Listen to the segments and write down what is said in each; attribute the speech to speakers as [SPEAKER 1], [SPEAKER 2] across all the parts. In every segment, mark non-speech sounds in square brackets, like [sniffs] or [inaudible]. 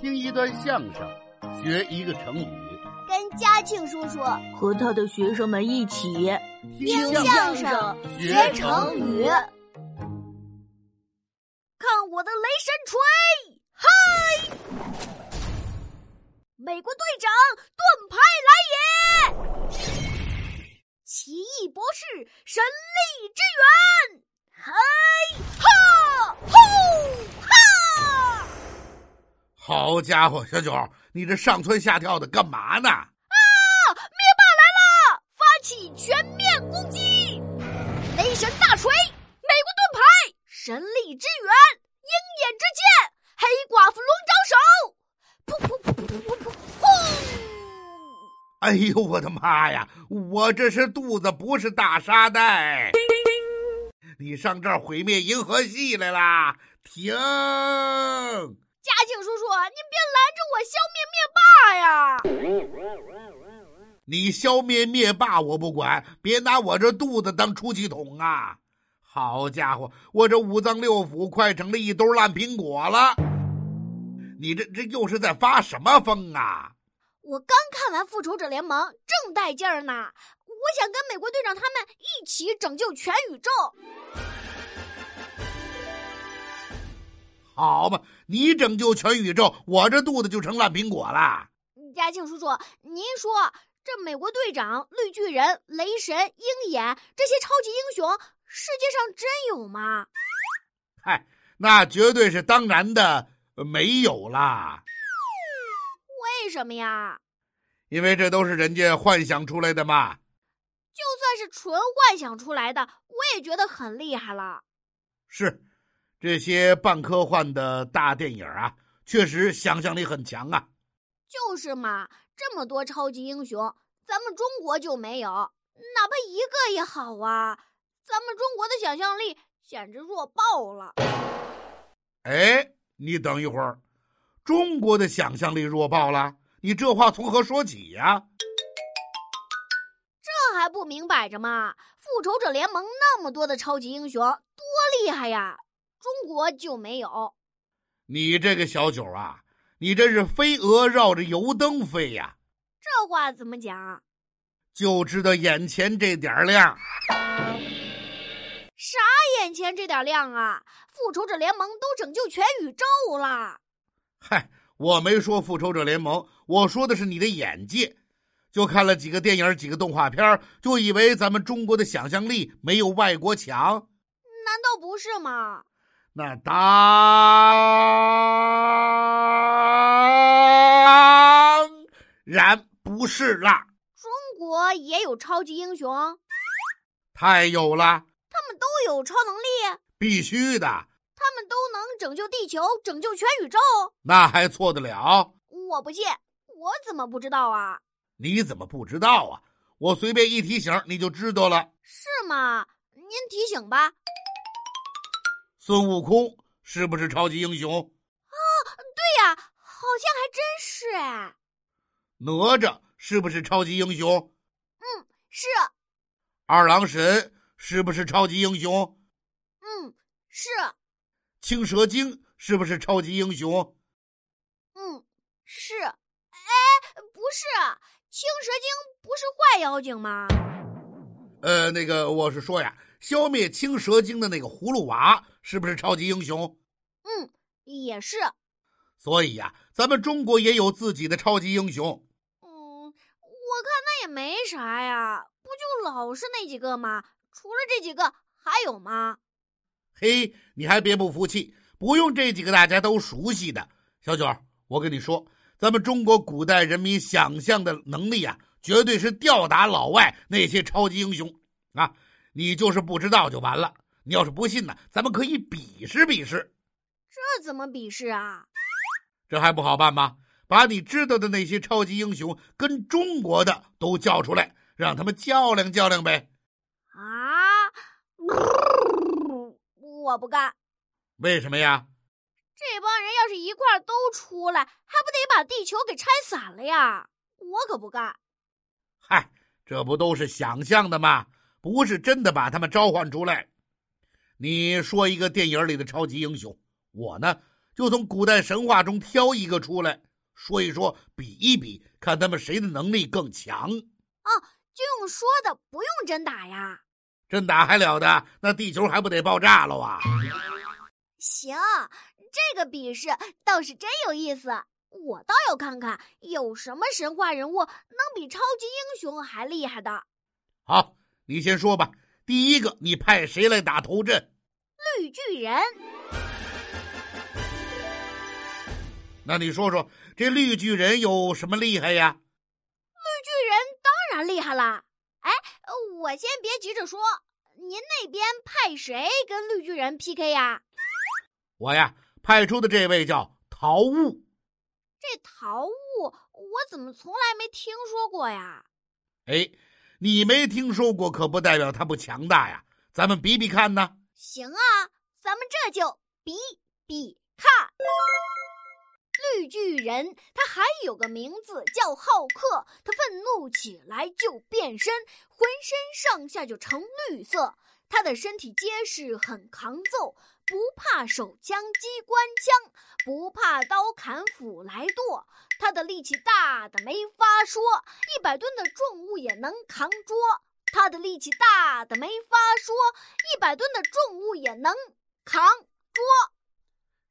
[SPEAKER 1] 听一段相声，学一个成语，
[SPEAKER 2] 跟嘉庆叔叔
[SPEAKER 3] 和他的学生们一起
[SPEAKER 1] 听声
[SPEAKER 2] 相声
[SPEAKER 1] 学成语。
[SPEAKER 2] 看我的雷神锤！嗨，美国队长盾牌来也！奇异博士神力之源！嗨哈吼哈！
[SPEAKER 1] 好家伙，小九，你这上蹿下跳的干嘛呢？
[SPEAKER 2] 发起全面攻击！雷神大锤、美国盾牌、神力之源、鹰眼之剑、黑寡妇龙爪手，噗噗噗噗噗噗噗，轰！
[SPEAKER 1] 哎呦，我的妈呀！我这是肚子，不是大沙袋。你上这儿毁灭银河系来啦！停！
[SPEAKER 2] 嘉庆叔叔，您别拦着我消灭灭霸呀！
[SPEAKER 1] 你消灭灭霸我不管，别拿我这肚子当出气筒啊！好家伙，我这五脏六腑快成了一兜烂苹果了。你这这又是在发什么疯啊？
[SPEAKER 2] 我刚看完《复仇者联盟》，正带劲儿呢。我想跟美国队长他们一起拯救全宇宙。
[SPEAKER 1] 好嘛，你拯救全宇宙，我这肚子就成烂苹果了。
[SPEAKER 2] 嘉庆叔叔，您说这美国队长、绿巨人、雷神、鹰眼这些超级英雄，世界上真有吗？
[SPEAKER 1] 嗨，那绝对是当然的，呃没有啦，
[SPEAKER 2] 为什么呀？
[SPEAKER 1] 因为这都是人家幻想出来的嘛。
[SPEAKER 2] 就算是纯幻想出来的，我也觉得很厉害了。
[SPEAKER 1] 是，这些半科幻的大电影啊，确实想象力很强啊。
[SPEAKER 2] 就是嘛，这么多超级英雄，咱们中国就没有，哪怕一个也好啊。咱们中国的想象力简直弱爆了。
[SPEAKER 1] 哎，你等一会儿，中国的想象力弱爆了，你这话从何说起呀、
[SPEAKER 2] 这还不明摆着吗？复仇者联盟那么多的超级英雄，多厉害呀！中国就没有。
[SPEAKER 1] 你这个小九啊，你真是飞蛾绕着油灯飞呀、
[SPEAKER 2] 这话怎么讲？啊
[SPEAKER 1] 就知道眼前这点儿亮。
[SPEAKER 2] 啥眼前这点亮啊！复仇者联盟都拯救全宇宙啦！
[SPEAKER 1] 嗨，我没说复仇者联盟，我说的是你的眼界。就看了几个电影、几个动画片儿，就以为咱们中国的想象力没有外国强。
[SPEAKER 2] 难道不是吗？
[SPEAKER 1] 那当然不是啦，
[SPEAKER 2] 中国也有超级英雄，都
[SPEAKER 1] 太有了，
[SPEAKER 2] 有超能力，
[SPEAKER 1] 必须的，
[SPEAKER 2] 他们都能拯救地球，拯救全宇宙。
[SPEAKER 1] 那还错得了？
[SPEAKER 2] 我不信，我怎么不知道啊？
[SPEAKER 1] 你怎么不知道啊？我随便一提醒你就知道了。
[SPEAKER 2] 是吗？您提醒吧。
[SPEAKER 1] 孙悟空是不是超级英雄？
[SPEAKER 2] 对呀、好像还真是哎。
[SPEAKER 1] 哪吒是不是超级英雄？
[SPEAKER 2] 是，
[SPEAKER 1] 二郎神是不是超级英雄？
[SPEAKER 2] 嗯，是，
[SPEAKER 1] 青蛇精是不是超级英雄？
[SPEAKER 2] 嗯，是。哎，不是，青蛇精不是坏妖精吗？
[SPEAKER 1] 呃，那个我是说呀，消灭青蛇精的那个葫芦娃是不是超级英雄？
[SPEAKER 2] 嗯，也是。
[SPEAKER 1] 所以呀、咱们中国也有自己的超级英雄。
[SPEAKER 2] 嗯，我看那也没啥呀，不就老是那几个吗？除了这几个，还有吗？
[SPEAKER 1] 嘿，你还别不服气，不用这几个大家都熟悉的小九儿，我跟你说，咱们中国古代人民想象的能力啊，绝对是吊打老外那些超级英雄啊！你就是不知道就完了。你要是不信呢，咱们可以比试比试。
[SPEAKER 2] 这怎么比试啊？
[SPEAKER 1] 这还不好办吗？把你知道的那些超级英雄跟中国的都叫出来，让他们较量较量呗。
[SPEAKER 2] 啊！ [sniffs] 我不干，
[SPEAKER 1] 为什么呀？
[SPEAKER 2] 这帮人要是一块儿都出来，还不得把地球给拆散了呀？我可不干。
[SPEAKER 1] 嗨，这不都是想象的吗？不是真的把他们召唤出来。你说一个电影里的超级英雄，我呢就从古代神话中挑一个出来说一说，比一比，看他们谁的能力更强。
[SPEAKER 2] 就用说的，不用真打呀。
[SPEAKER 1] 真打还了得？那地球还不得爆炸了啊！
[SPEAKER 2] 行，这个比试倒是真有意思。我倒要看看有什么神话人物能比超级英雄还厉害的。
[SPEAKER 1] 好，你先说吧。第一个，你派谁来打头阵？
[SPEAKER 2] 绿巨人，
[SPEAKER 1] 那你说说，这绿巨人有什么厉害呀？
[SPEAKER 2] 绿巨人当然厉害啦。哎，我先别急着说，您那边派谁跟绿巨人 PK 呀？
[SPEAKER 1] 我呀，派出的这位叫陶悟。
[SPEAKER 2] 这桃物我怎么从来没听说过呀？
[SPEAKER 1] 哎，你没听说过，可不代表他不强大呀。咱们比比看呢。
[SPEAKER 2] 行啊，咱们这就比比看。绿巨人他还有个名字叫浩克，他愤怒起来就变身，浑身上下就呈绿色。他的身体结实，很抗揍，不怕手枪、机关枪，不怕刀砍斧来剁。他的力气大的没法说，一百吨的重物也能扛捉。他的力气大的没法说，一百吨的重物也能扛。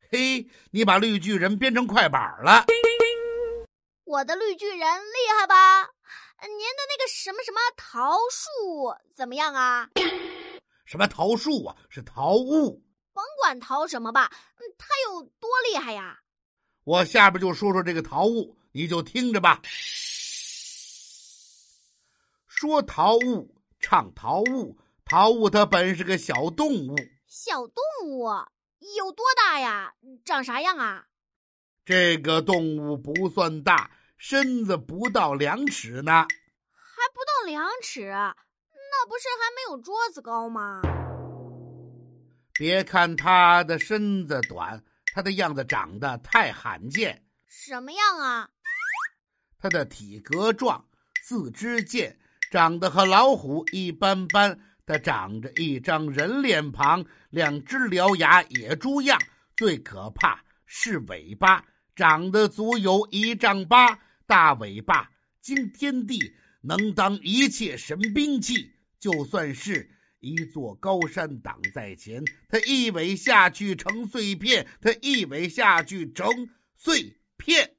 [SPEAKER 1] 嘿，你把绿巨人编成快板了。
[SPEAKER 2] 我的绿巨人厉害吧？呃您的那个什么什么桃树怎么样啊？
[SPEAKER 1] 什么桃树啊？是桃物。
[SPEAKER 2] 甭管桃什么吧，嗯它有多厉害呀？
[SPEAKER 1] 我下边就说说这个桃物，你就听着吧。说桃物，唱桃物，桃物它本是个小动物，
[SPEAKER 2] 小动物有多大呀？长啥样啊？
[SPEAKER 1] 这个动物不算大，身子不到两尺呢。
[SPEAKER 2] 还不到两尺，啊那不是还没有桌子高吗？
[SPEAKER 1] 别看它的身子短，它的样子长得太罕见。
[SPEAKER 2] 什么样啊？
[SPEAKER 1] 它的体格壮，四肢健，长得和老虎一般般。它长着一张人脸庞，两只獠牙野猪样。最可怕是尾巴，长得足有一丈八，大尾巴惊天地，能当一切神兵器。就算是一座高山挡在前，它一尾下去成碎片，它一尾下去成碎片。